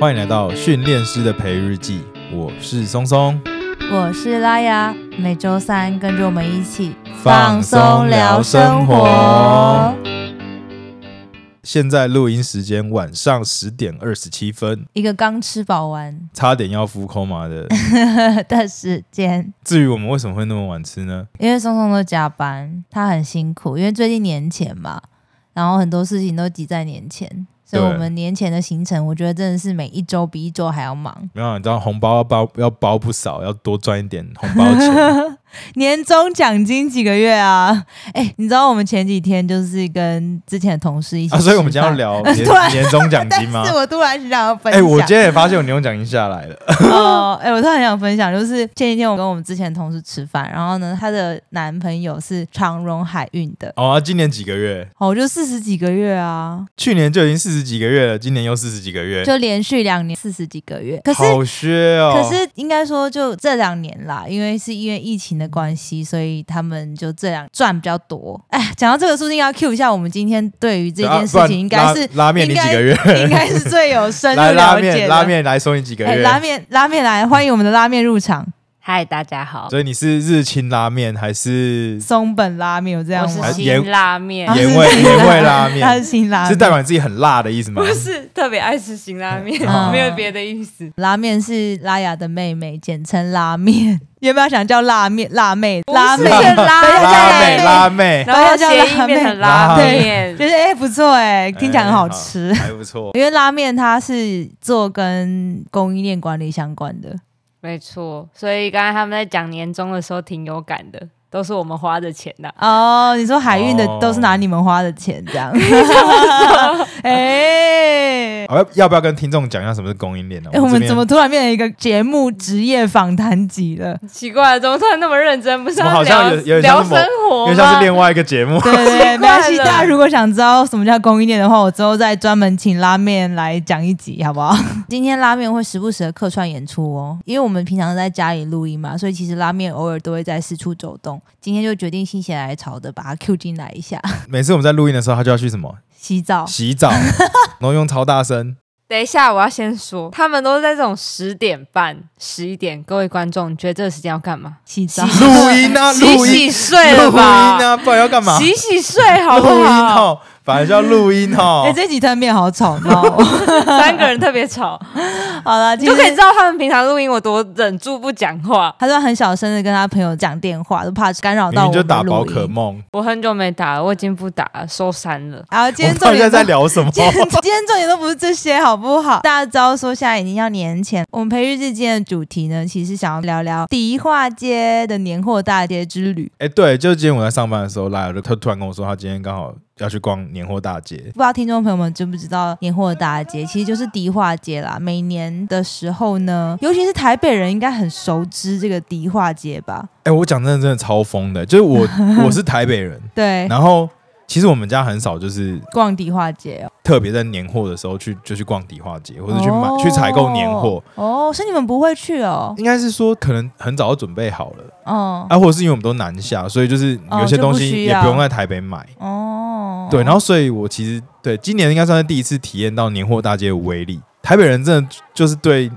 欢迎来到训练师的培育日记，我是松松，我是拉雅，每周三跟着我们一起放松聊生活。现在录音时间晚上十点二十七分，一个刚吃饱完 差点要敷 coma 的。 的时间，至于我们为什么会那么晚吃呢？因为松松都加班，他很辛苦，因为最近年前嘛，然后很多事情都挤在年前，所以对我们年前的行程，我觉得真的是每一周比一周还要忙。没有，你知道红包要包要包不少，要多赚一点红包 钱。年终奖金几个月啊？ 哎、你知道我们前几天就是跟之前的同事一起吃啊，饭、所以我们今天要聊年 对年终奖 但金吗是？我突然想要分哎、享，我今天也发现我年终奖金下来了。 哦，哎、我突然很想分享，就是前几天我跟我们之前的同事吃饭，然后呢，她的男朋友是长荣海运的，哦，啊今年几个月？哦，就四十几个月啊，去年就已经四十几个月了，今年又四十几个月，就连续两年四十几个月。可是，好削哦。可是应该说就这两年啦，因为是因为疫情的关系，所以他们就这样赚比较多。哎，讲到这个，说不定要 Q 一下我们今天对于这啊件事不然情，应该是拉拉面，你几个 月？应该是最有深入来拉了解面，的。拉面来收你几个哎，月？拉面，拉面来，欢迎我们的拉面入场，嗨，大家好，所以你是日清拉面还是 松本拉面有这样我吗？是还新拉面，啊盐味是盐味拉它 是面？辛拉面，是代表你自己很辣的意思吗不？是特别爱吃辛拉面嗯，没有别的意思。拉面是拉雅的妹妹，简称拉面。 原本想叫辣面辣妹，拉妹不等是拉一下辣 妹再啊来拉妹，然后谐音变成拉面觉，得哎不错哎、听起来很好吃。哎还不错。因为拉面它是做跟供应链管理相关的，没错。所以刚才他们在讲年终的时候挺有感的，都是我们花的钱呐。哦，你说海运的哦都是拿你们花的钱这 样， 哎、好，要要不要跟听众讲一下什么是供应链呢？ 哎我这们边怎么突然变成一个节目职业访谈集了？奇怪，怎么突然那么认真？不是我们要好像有有聊点像聊是生活因啊吗？为像是另外一个节目， 对对 对，奇怪了没关系。大家如果想知道什么叫供应链的话，我之后再专门请拉面来讲一集，好不 好？今天拉面会时不时的客串演出哦，因为我们平常在家里录音嘛，所以其实拉面偶尔都会在四处走动。今天就决定心血来潮的把它 Q 进来一下，每次我们在录音的时候，他就要去什么洗 澡。洗澡，然后用超大 声。等一下，我要先说，他们都是在这种十点半、十一点。各位观众，你觉得这个时间要干嘛？洗澡，录音啊，洗录音洗，睡了录音吧？啊，不然要干嘛？洗洗睡好不录音好？哦，反正叫录音 哎、哦。这几摊面好吵 闹、哦。三个人特别吵，好了，你今就可以天知道他们平常录音我多忍住不讲话。他说很小声的跟他朋友讲电话，都怕干扰明到明我就们打宝录可音。梦，我很久没打了，我已经不打了，收山 了。然后今我天们到重底在点在聊什么？今 天今天重点都不是这些，好不 好？大家知道说现在已经要年前，我们培育日间的主题呢，其实想要聊聊迪化街的年货大街之旅。哎，对，就今天我在上班的时候，拉尔就他突然跟我说，他今天刚好要去逛年货大街。不知道听众朋友们知不知道年货大街，其实就是迪化街啦。每年的时候呢，嗯尤其是台北人应该很熟知这个迪化街吧？哎，我讲真的，真的超疯的，就是 我我是台北人，对，然后其实我们家很少就是 逛迪化街特别在年货的时候去就去逛迪化街，哦，或者去买去采购年货。哦，是你们不会去哦，应该是说，可能很早就准备好了，嗯，啊，或者是因为我们都南下，所以就是哦有些就东不西需也要不用在台北买。哦，对，然后所以我其实对今年应该算是第一次体验到年货大街的威力。台北人真的就是对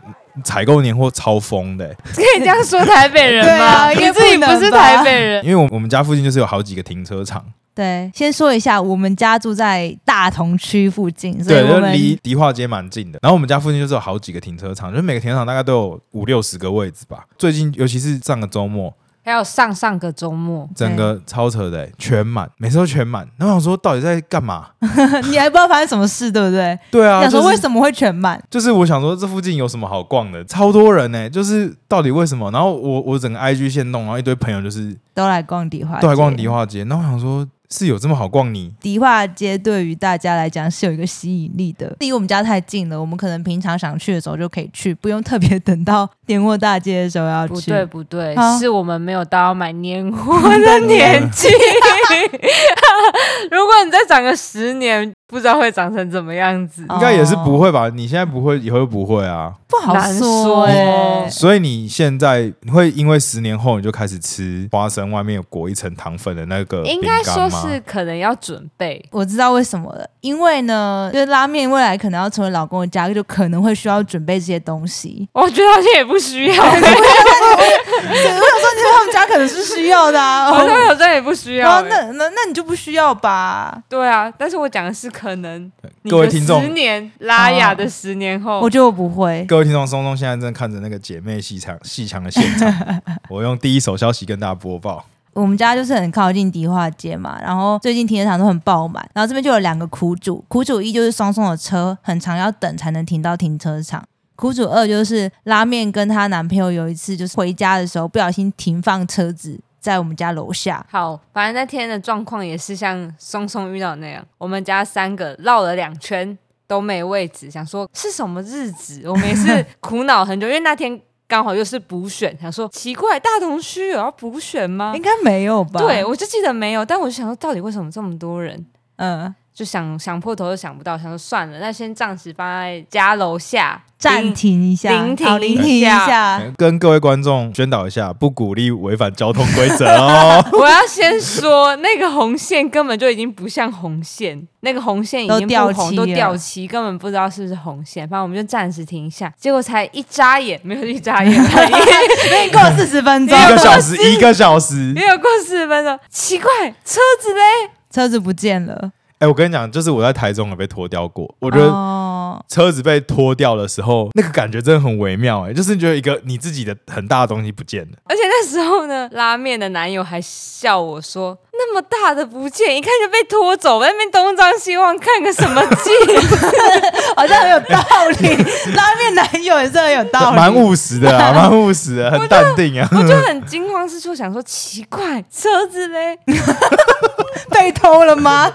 采购年货超疯的欸、可以这样说台北人对啊吗？应该你不自己能不吧是台北人，因为我我们家附近就是有好几个停车场，对，先说一下，我们家住在大同区附近，所以对，就我们离迪化街蛮近的。然后我们家附近就是有好几个停车场，就是每个停车场大概都有五六十个位置吧。最近尤其是上个周末，还有上上个周末，整个超扯的欸、全满，每次都全满。然后我想说到底在干嘛？ 你还不知道发生什么事，对不对？对 啊，想说就是为什么会全满？就是我想说，这附近有什么好逛的？超多人呢、就是到底为什么？然后我我整个 IG 线弄，然后一堆朋友就是都来逛迪化，都来逛迪。化街，然后我想说，是有这么好逛你？迪化街对于大家来讲是有一个吸引力的，离我们家太近了，我们可能平常想去的时候就可以去，不用特别等到年货大街的时候要不去。 对不对啊，是我们没有到要买年货的年纪。 如果你再长个十年，不知道会长成怎么样子。哦应该也是不会吧？你现在不会，以后又不会啊？不好难说哎、说所以你现在你会因为十年后你就开始吃花生外面有裹一层糖粉的那个饼应该说干吗？是可能要准备，我知道为什么了，因为呢，就是拉面未来可能要成为老公的家，就可能会需要准备这些东西。我觉得好像也不需 要，所以我想说，你他们家可能是需要的 啊。好像好像也不需然要后欸。那那那你就不需要吧？对啊，但是我讲的是可能你各位的听众十年拉雅的十年后，我觉得我不会。各位听众，松松现在正看着那个姐妹戏场戏墙的现 场，我用第一手消息跟大家播报。我们家就是很靠近迪化街嘛，然后最近停车场都很爆满，然后这边就有两个苦主，苦主一就是双松的车很长要等才能停到停车场，苦主二就是拉面跟她男朋友有一次就是回家的时候不小心停放车子在我们家楼下，好，反正那天的状况也是像松松遇到的那样，我们家三个绕了两圈都没位置，想说是什么日子，我们 也是苦恼很久，因为那天刚好又是补选，想说奇怪，大同区有要补选吗应？该没有吧？啊对，，我就记得没有，但我就想说，到底为什么这么多人？嗯，就想想破头都想不到，想说算了，那先暂时放在家楼下暂停一下，聆听好聆听一一下下。跟各位观众宣导一下，不鼓励违反交通规则 哦。我要先说，那个红线根本就已经不像红线，那个红线已经都掉不红漆都了掉漆，根本不知道是不是红线。反正我们就暂时停一下，结果才一眨眼，没有一眨 眼，才一那你过了四十分钟，一个小时，一个小时没。有过四十分钟，奇怪，车子嘞？车子不见了。哎、我跟你讲，就是我在台中有被拖掉过，我我觉得哦、车子被拖掉的时候，那个感觉真的很微妙、哎，就是觉得一个你自己的很大的东西不见了。而且那时候呢，拉面的男友还笑我说：“那么大的不见，一看就被拖走，外面东张西望，看个什么劲好像很有道理。拉面男友也是很有道理，蛮务实的 啊，蛮务实的，很淡定啊？” 。 我就很惊慌失措，想说奇怪，车子嘞？被偷了吗？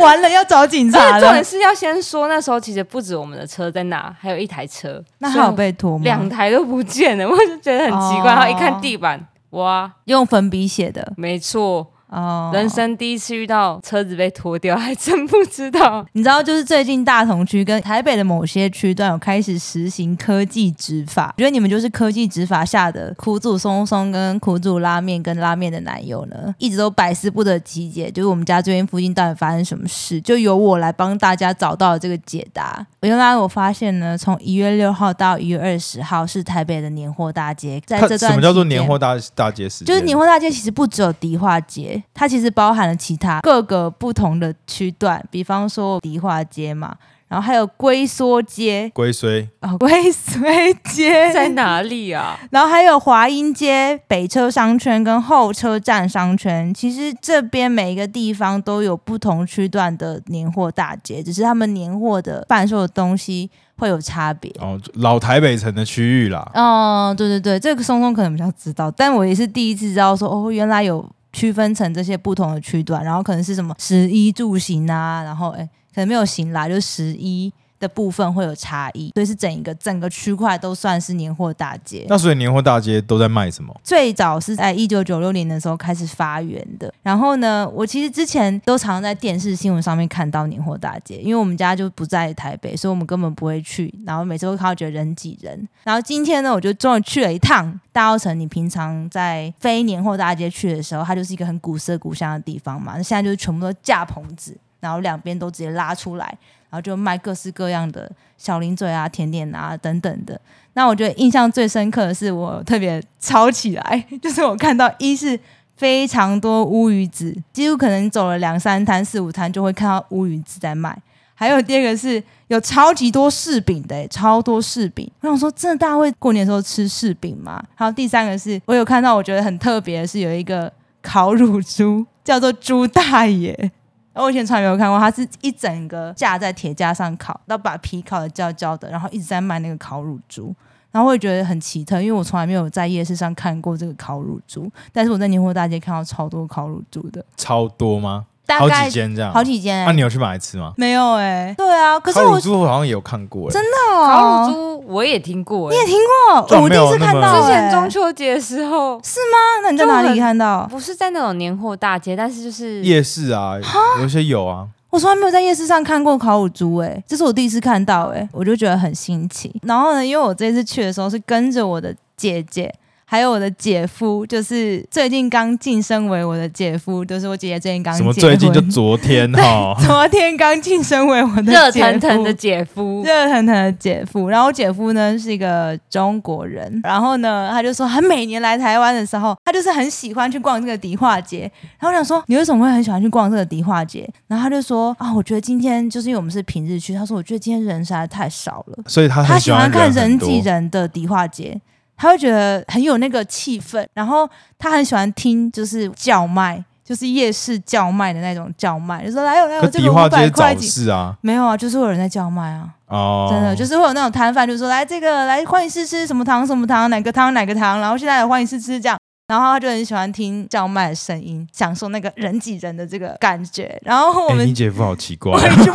完了，要找 警察而且重点了。是要先说，那时候其实不止我们的车在那，还有一台车，那还有所以被拖两吗？台都不见了，我就觉得很奇怪。哦然后一看地板，哇，用粉笔写的没错，哦，人。生第一次遇到车子被拖掉，还真不知 道。你知道，就是最近大同区跟台北的某些区段有开始实行科技执法，觉得你们就是科技执法下的苦主松松跟苦主拉面跟拉面的男友呢，一直都百思不得其解，就是我们家最近附近到底发生什么事，就由我来帮大家找到这个解答。原来我发现呢，从一月六号到一月二十号是台北的年货大街， 在它这 段什么叫做期年间货大大街时间？就是年货大街其实不只有迪化街，它其实包含了其他各个不同的区段，比方说迪化街嘛，然后还有龟缩街、龟虽哦龟虽 街在哪里啊？然后还有华阴街、北车商圈跟后车站商圈，其实这边每一个地方都有不同区段的年货大街，只是他们年货的贩售的东西会有差别。哦，老台北城的区域啦。哦，对对对，这个松松可能比较知道，但我也是第一次知道说，哦，原来有区分成这些不同的区段，然后可能是什么十一住行啊，然后哎，可能没有行啦，就十一的部分会有差异，所以是整一个整个区块都算是年货大街。那所以年货大街都在卖什么？最早是在一九九六年的时候开始发源的。然后呢，我其实之前都常常在电视新闻上面看到年货大街，因为我们家就不在台北，所以我们根本不会去。然后每次都看到觉得人挤人。然后今天呢，我就终于去了一趟大澳城。你平常在非年货大街去的时候，它就是一个很古色古香的地方嘛。那现在就是全部都架棚子，然后两边都直接拉出来，然后就卖各式各样的小零嘴啊、甜点啊等等的。那我觉得印象最深刻的是，我特别抄起来， 就是我看到一是非常多乌鱼子，几乎可能走了两三摊、四五摊就会看到乌鱼子在卖。还有第二个是有超级多柿饼的、欸超多柿饼。我想说，真的大家会过年的时候吃柿饼吗？还有第三个是我有看到，我觉得很特别的是有一个烤乳猪，叫做猪大爷。我以前从来没有看过，它是一整个架在铁架上烤，然后把皮烤的焦焦的，然后一直在卖那个烤乳猪。然后我也觉得很奇特，因为我从来没有在夜市上看过这个烤乳猪，但是我在年货大街看到超多烤乳猪的，超多吗？大好概几间这样。啊好几间、那、你有去买来吃吗？没有哎、对啊，可是烤我啊乳猪好像也有看过、欸，真的烤乳猪我也听过、欸，哎哦你也听就过，我哎没第有一次那看么到、欸。之前中秋节的时候，那那你在哪里看到？不是在那种年货大街，但是就是夜市啊，有些有啊。我从来没有在夜市上看过烤乳猪，哎，这是我第一次看到，哎，我就觉得很新奇。然后呢，因为我这次去的时候是跟着我的姐姐。还有我的姐夫，就是最近刚晋升为我的姐夫，就是我姐姐最近刚什么结婚，最近就昨天哈 昨天刚晋升为我的 热姐夫腾腾的姐夫，热腾腾的姐夫，然后我姐夫呢是一个中国人，然后呢他就说他每年来台湾的时候，他就是很喜欢去逛这个迪化街。然后我想说你为什么会很喜欢去逛这个迪化街？然后他就说啊，我觉得今天就是因为我们是平日去，他说我觉得今天人实在太少了，所以他他很喜欢看人人挤人的迪化街。他会觉得很有那个气氛，然后他很喜欢听就是叫卖，就是夜市叫卖的那种叫卖，就说来有来很多。可有哎这迪个化五街百早块几，市啊，没有啊，就是会有人在叫卖啊。哦，真的就是会有那种摊贩，就说来这个来欢迎试吃什么糖什么糖哪个糖哪个糖，然后现在来欢迎试吃这样，然后他就很喜欢听叫卖的声音，享受那个人挤人的这个感觉。然后我哎，们、你姐夫好奇怪，我也觉得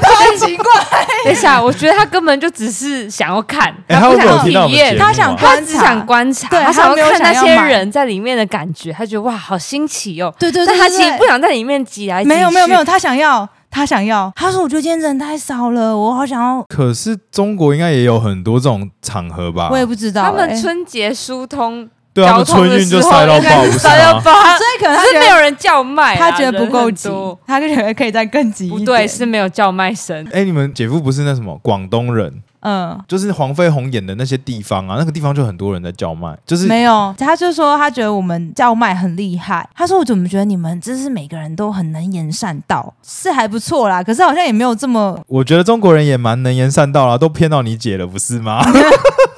他奇怪，等一下，我觉得他根本就只是想要看， 哎，不会不会有想听到我体们节验目啊，他想他只想观察，对他想他没有看那想要些买人在里面的感觉，他觉得哇，好新奇哦。对对对但他其实对不想在里面挤来挤去。没有没有没有，，他想要他想要，他说我觉得今天人太少了，我好想要，可是中国应该也有很多这种场合吧？我也不知道、他们哎春节疏通，对啊，他交们通春的运时就候塞到应该爆，不是是塞到吗？爆，所以可能啊只他是觉没得有人叫卖啊，他觉得不够人挤很多，他就觉得可以再更挤一点。不对，是没有叫卖声。哎，你们姐夫不是那什么广东人，嗯。就是黄飞鸿演的那些地方啊，那个地方就很多人在叫卖，就是没有，他就说他觉得我们叫卖很厉害。他说我怎么觉得你们真是每个人都很能言善道，是还不错啦。可是好像也没有这么我觉得中国人也蛮能言善道啦，都骗到你姐了，不是 吗？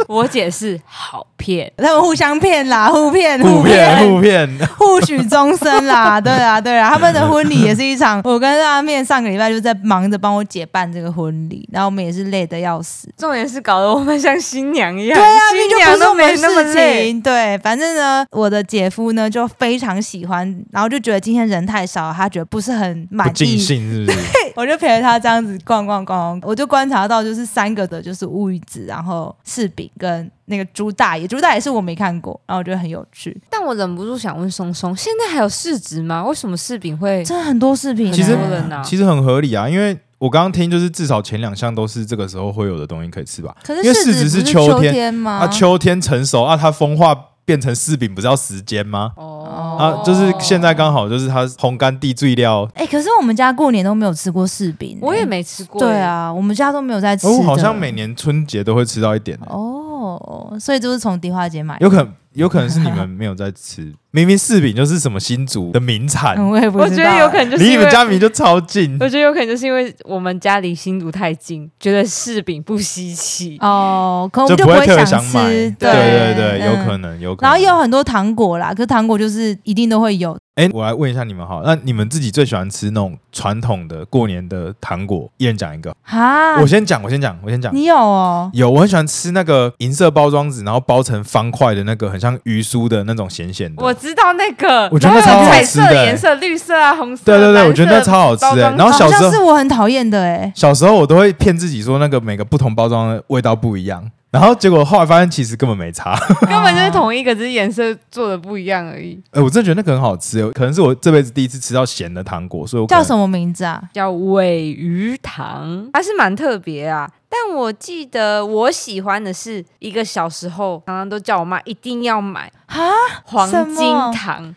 我解释好骗，他们互相骗啦，互骗互骗骗互 骗，互许终身 啦。对啊对啊，他们的婚礼也是一场。我跟拉面上个礼拜就在忙着帮我姐办这个婚礼，然后我们也是累得要死。重点是搞得我们像新娘一样，对啊，明明新就娘不是都我们没的那么事累。情。对，反正呢，我的姐夫呢就非常喜欢，然后就觉得今天人太少，他觉得不是很满不意。尽兴 是不啊是？我就陪着他这样子逛逛逛，我就观察到就是三个的，就是乌鱼子，然后柿饼跟那个猪大爷，猪大爷是我没看过，然后我觉得很有趣，但我忍不住想问松松，现在还有市值吗？为什么柿饼会真的很多视频、很其实多人啊？其实很合理啊，因为我刚刚听就是至少前两项都是这个时候会有的东西可以吃吧？可是因为柿柿子子是不秋秋天吗？啊，秋天成熟啊，它风化变成柿饼不是要时间吗？哦啊，就是现在刚好就是它烘干地最料。哎、可是我们家过年都没有吃过柿饼、我也哎没吃过耶。对啊，我们家都没有在吃的、哦，好像每年春节都会吃到一点、欸，哦，所以就是从迪化街买的，有可能有可能是你们没有在吃，明明柿饼就是什么新竹的名产，嗯，我也不知道、我觉得有可能就是离你因为们家明明就超近我，觉得有可能就是因为我们家离新竹太近，觉得柿饼不稀奇。哦，可能我就们不就会特别想想吃，买。对对对，有嗯可能有可能。然后也有很多糖果啦，可是糖果就是一定都会有，哎，我来问一下你们哈，那你们自己最喜欢吃那种传统的过年的糖果？一人讲一个。哈我，先讲，我先讲，我先讲。你有哦？有，我很喜欢吃那个银色包装纸，然后包成方块的那个，很像鱼酥的那种咸咸的。 我知道那个，我觉得那然超后有好彩吃色的欸颜色，绿色啊，红色。对对蓝对，色我觉得那超好吃包哎、装然后纸小时像是候我很讨厌的哎、小时候我都会骗自己说那个每个不同包装的味道不一样，然后结果后来发现其实根本没差。 根本 就是同一个，只是颜色做的不一样而已。哎、我真的觉得那个很好吃、欸，可能是我这辈子第一次吃到咸的糖果，所以我可能叫什么名字啊？叫尾鱼糖，还是蛮特别啊。但我记得我喜欢的是一个小时候常常都叫我妈一定要买啊黄什金么糖，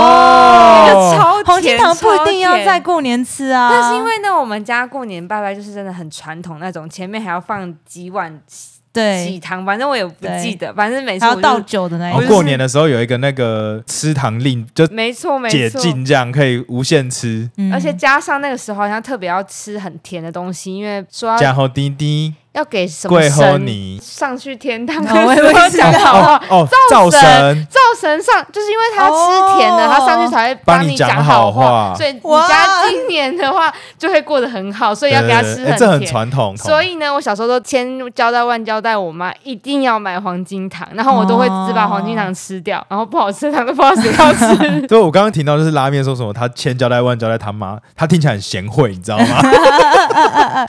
那哦个超红金甜糖不一定超要甜在过年吃啊，但是因为呢，我们家过年拜拜就是真的很传统那种，前面还要放几碗喜对，糖，反正我也不记得，反正每次还我要就倒酒的那然一后我种。就哦过是年的时候有一个那个吃糖令，就没错没解错。禁这样可以无限吃，嗯而且加上那个时候好像特别要吃很甜的东西，因为说要加后滴滴要给什么贵后神 你上去天 堂的哦我以为时候是讲好话哦，哦造造神神灶神上就是因为他吃甜的，哦他上去才会帮你你讲讲好话，话所以你哇家今年的话就会过得很好，所以要给他对吃对对哎这很甜。传统，所以呢，我小时候都千交代万交代我妈一定要买黄金糖，然后我都会只把黄金糖吃掉，然后不好吃的糖都不知道谁要 吃。对，我刚刚听到就是拉面说什么，他千交代万 交代他妈，他听起来很贤惠，你知道吗？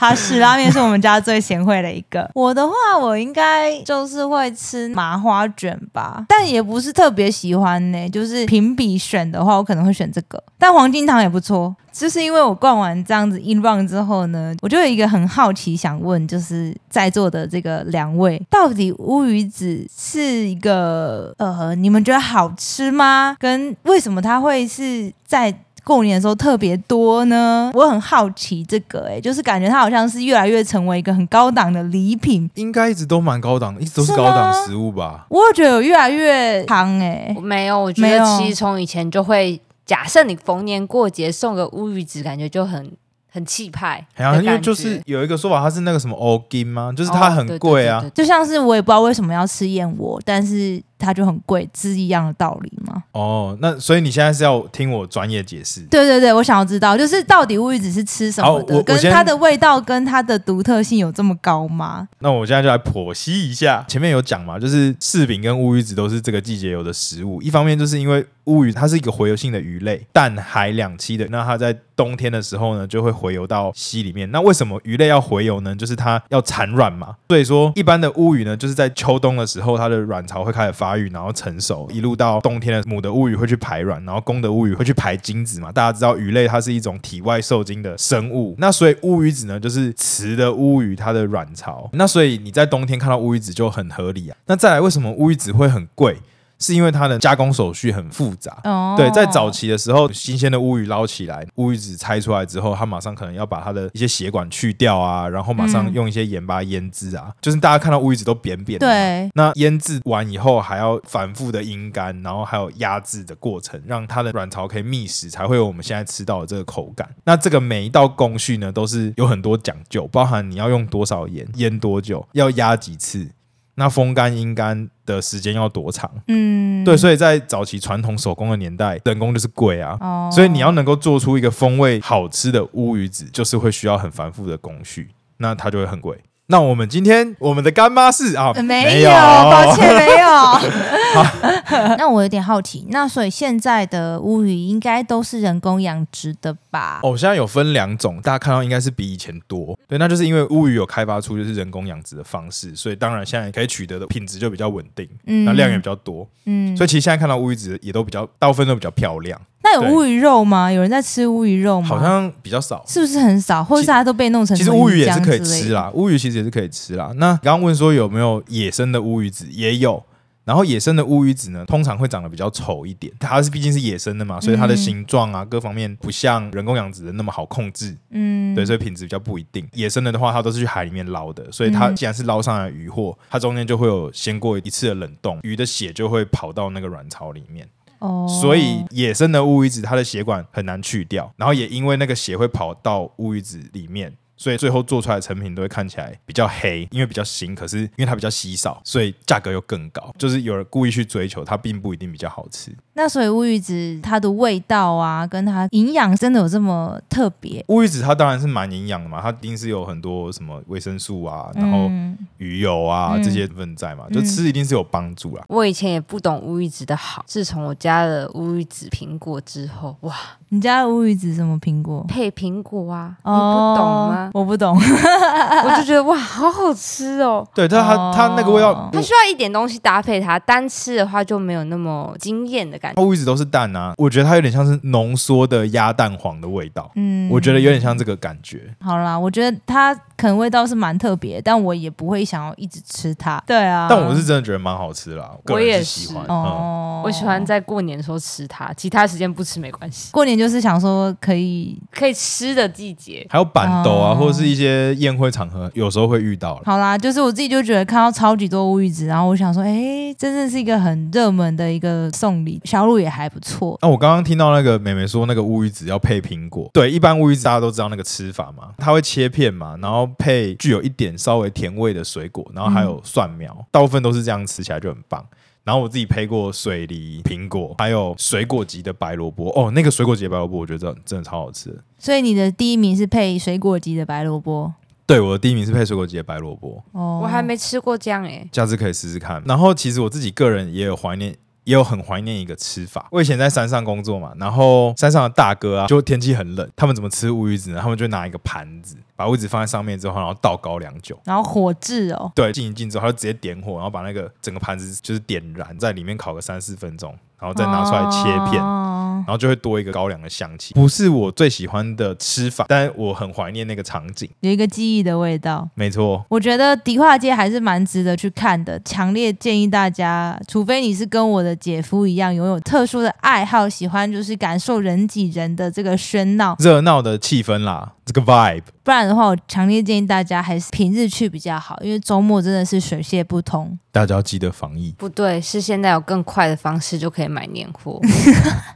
哈士拉面是我们家最贤惠会了一个。我的话，我应该就是会吃麻花卷吧，但也不是特别喜欢呢、就是评比选的话，我可能会选这个，但黄金糖也不错。就是因为我逛完这样子一 round 之后呢，我就有一个很好奇想问，就是在座的这个两位，到底乌鱼子是一个呃，你们觉得好吃吗？跟为什么它会是在过年的时候特别多呢？我很好奇这个、欸，就是感觉它好像是越来越成为一个很高档的礼品。应该一直都蛮高档的，一直都是是高档吗食物吧？我也觉得有越来越夯哎、我没有，我觉没得有其实从以前就会，假设你逢年过节送个乌鱼子，感觉就很很气派的好像感觉，哦因为就是有一个说法，它是那个什么 all 金吗？就就是它很贵啊。就像是我也不知道为什么要吃燕窝，但是它就很贵，是一样的道理吗？哦，那所以你现在是要听我专业解释？对对对，我想要知道，就是到底乌鱼子是吃什么好我的，我跟先它的味道跟它的独特性有这么高吗？那我现在就来剖析一下，前面有讲嘛，就是柿饼跟乌鱼子都是这个季节有的食物。一方面就是因为乌鱼它是一个洄游性的鱼类，淡海两栖的，那它在冬天的时候呢，就会洄游到溪里面。那为什么鱼类要洄游呢？就是它要产卵嘛。所以说，一般的乌鱼呢，就是在秋冬的时候，它的卵巢会开始发育，然后成熟，一路到冬天的母的乌鱼会去排卵，然后公的乌鱼会去排精子嘛。大家知道鱼类它是一种体外受精的生物，那所以乌鱼子呢，就是雌的乌鱼它的卵巢。那所以你在冬天看到乌鱼子就很合理啊。那再来，为什么乌鱼子会很贵？是因为它的加工手续很复杂，哦，对，在早期的时候，新鲜的乌鱼捞起来，乌鱼子拆出来之后，它马上可能要把它的一些血管去掉啊，然后马上嗯用一些盐把它腌制啊。就是大家看到乌鱼子都扁扁的，。对，那腌制完以后，还要反复的阴干，然后还有压制的过程，让它的卵巢可以觅食，才会有我们现在吃到的这个口感。那这个每一道工序呢，都是有很多讲究，包含你要用多少盐，腌多久，要压几次，那风干、阴干的时间要多长。嗯，对，所以在早期传统手工的年代，人工就是贵啊。哦所以你要能够做出一个风味好吃的乌鱼子，就是会需要很繁复的工序，那它就会很贵。那我们今天我们的干妈是啊，呃没没有，抱歉，没 有。 那我有点好奇，那所以现在的乌鱼应该都是人工养殖的吧？哦，现在有分两种，大家看到应该是比以前多。对，那就是因为乌鱼有开发出就是人工养殖的方式，所以当然现在可以取得的品质就比较稳定，嗯那量也比较多，嗯所，以其实现在看到乌鱼子也都比较大部分都比较漂亮，那有乌鱼肉吗？有人在吃乌鱼肉吗？好像比较少。是不是嗯很少，或者是它都被弄成其实乌鱼也是可以什么鱼浆之吃类的？啦，乌鱼其实也是可以吃啦。那刚刚问说有没有野生的乌鱼子，也有。然后野生的乌鱼子呢，通常会长得比较丑一点，它是毕竟是野生的嘛，所以它的嗯形状啊、各方面不像人工养殖的那么好控制，嗯，对，所以品质比较不一定。野生的的话，它都是去海里面捞的，所以它嗯既然是捞上来的鱼货，它中间就会有先过一次的冷冻，鱼的血就会跑到那个卵巢里面。哦，所以野生的乌鱼子它的血管很难去掉，然后也因为那个血会跑到乌鱼子里面。所以最后做出来的成品都会看起来比较黑，因为比较腥。可是因为它比较稀少，所以价格又更高。就是有人故意去追求，它并不一定比较好吃。那所以乌鱼子它的味道啊，跟它营养真的有这么特别？乌鱼子它当然是蛮营养的嘛，它一定是有很多什么维生素啊，然后嗯鱼油啊、嗯这些成分在嘛，嗯就吃一定是有帮助啦。我以前也不懂乌鱼子的好，自从我加了乌鱼子苹果之后，哇，你家的乌鱼子什么苹果？哦配苹果啊，你不懂吗？我不懂。我就觉得哇，好好吃哦。对，但它、哦它那个味道，它需要一点东西搭配它，单吃的话就没有那么惊艳的感觉。它乌鱼子都是蛋啊，我觉得它有点像是浓缩的鸭蛋黄的味道，嗯我觉得有点像这个感觉。好啦，我觉得它可能味道是蛮特别，但我也不会想要一直吃它。对啊，但我是真的觉得蛮好吃啦，个我人也是是喜欢。嗯，哦，我喜欢在过年的时候吃它，其他时间不吃没关系。过年就是想说可以。可以吃的季节，还有板豆啊，哦或者是一些宴会场合，有时候会遇到啦。好啦，就是我自己就觉得看到超级多乌鱼子，然后我想说，哎、真的是一个很热门的一个送礼，销路也还不错。那、啊我刚刚听到那个美美说那个乌鱼子要配苹果，对，一般乌鱼子大家都知道那个吃法嘛，它会切片嘛，然后配具有一点稍微甜味的水果，然后还有蒜苗，大部分都是这样吃起来就很棒。然后我自己配过水梨、苹果，还有水果级的白萝卜。哦，那个水果级的白萝卜，我觉得真的真的超好吃的。所以你的第一名是配水果级的白萝卜对，我的第一名是配水果级的白萝卜。哦，我还没吃过这样哎、下次可以试试看。然后其实我自己个人也有怀念。也有很怀念一个吃法。我以前在山上工作嘛，然后山上的大哥啊，就天气很冷，他们怎么吃乌鱼子呢？他们就拿一个盘子，把乌鱼子放在上面之后，然后倒高粱酒。然后火炙哦，对，进一进之后，他就直接点火，然后把那个整个盘子就是点燃，在里面烤个三四分钟，然后再拿出来切片，哦然后就会多一个高粱的香气。不是我最喜欢的吃法，但我很怀念那个场景。有一个记忆的味道。没错，我觉得迪化街还是蛮值得去看的，强烈建议大家，除非你是跟我的姐夫一样拥有特殊的爱好，喜欢就是感受人挤人的这个喧闹，热闹的气氛啦，这个 vibe。不然的话，我强烈建议大家还是平日去比较好，因为周末真的是水泄不通。 大家要记得防疫，不对，是现在有更快的方式就可以买年 货，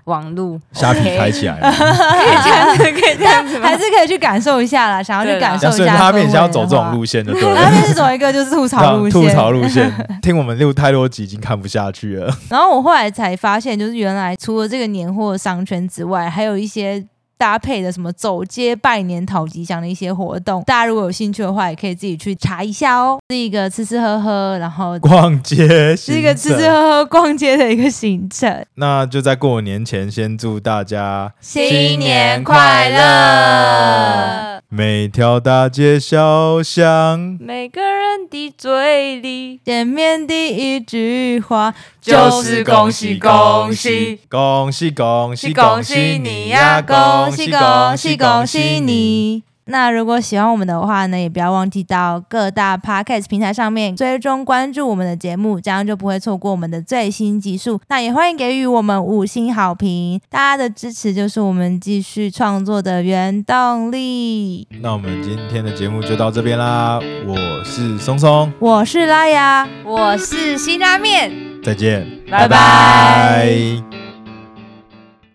网路虾皮 OK 开起来了。 可以这样子，可以这样子吗还？是可以去感受一下啦，想要去 感受那一所以下。他面想要走这种， 路线就 对了。他面是走一个 就是吐槽路线，啊吐槽路线，听我们录太多集已经看不下去了。 然后我后来才发现，就是原来除了这个年货商圈之外，还有一些。搭配的什么走街拜年讨吉祥的一些活动，大家如果有兴趣的话，也可以自己去查一下哦。是一个吃吃喝喝，然后逛街是一个吃行吃程，喝喝逛街的一个行程。那就在过年前先祝大家新年快乐！每条大街小巷。每个人的嘴里，见面第一句话就是恭喜恭喜恭喜恭喜恭喜你呀恭喜恭喜恭喜！你！那如果喜欢我们的话呢，也不要忘记到各大 podcast 平台上面追踪关注我们的节目，这样就不会错过我们的最新集数。那也欢迎给予我们五星好评，大家的支持就是我们继续创作的原动力。那我们今天的节目就到这边啦，我是松松，我是拉雅，我是辛拉面。再见，拜拜拜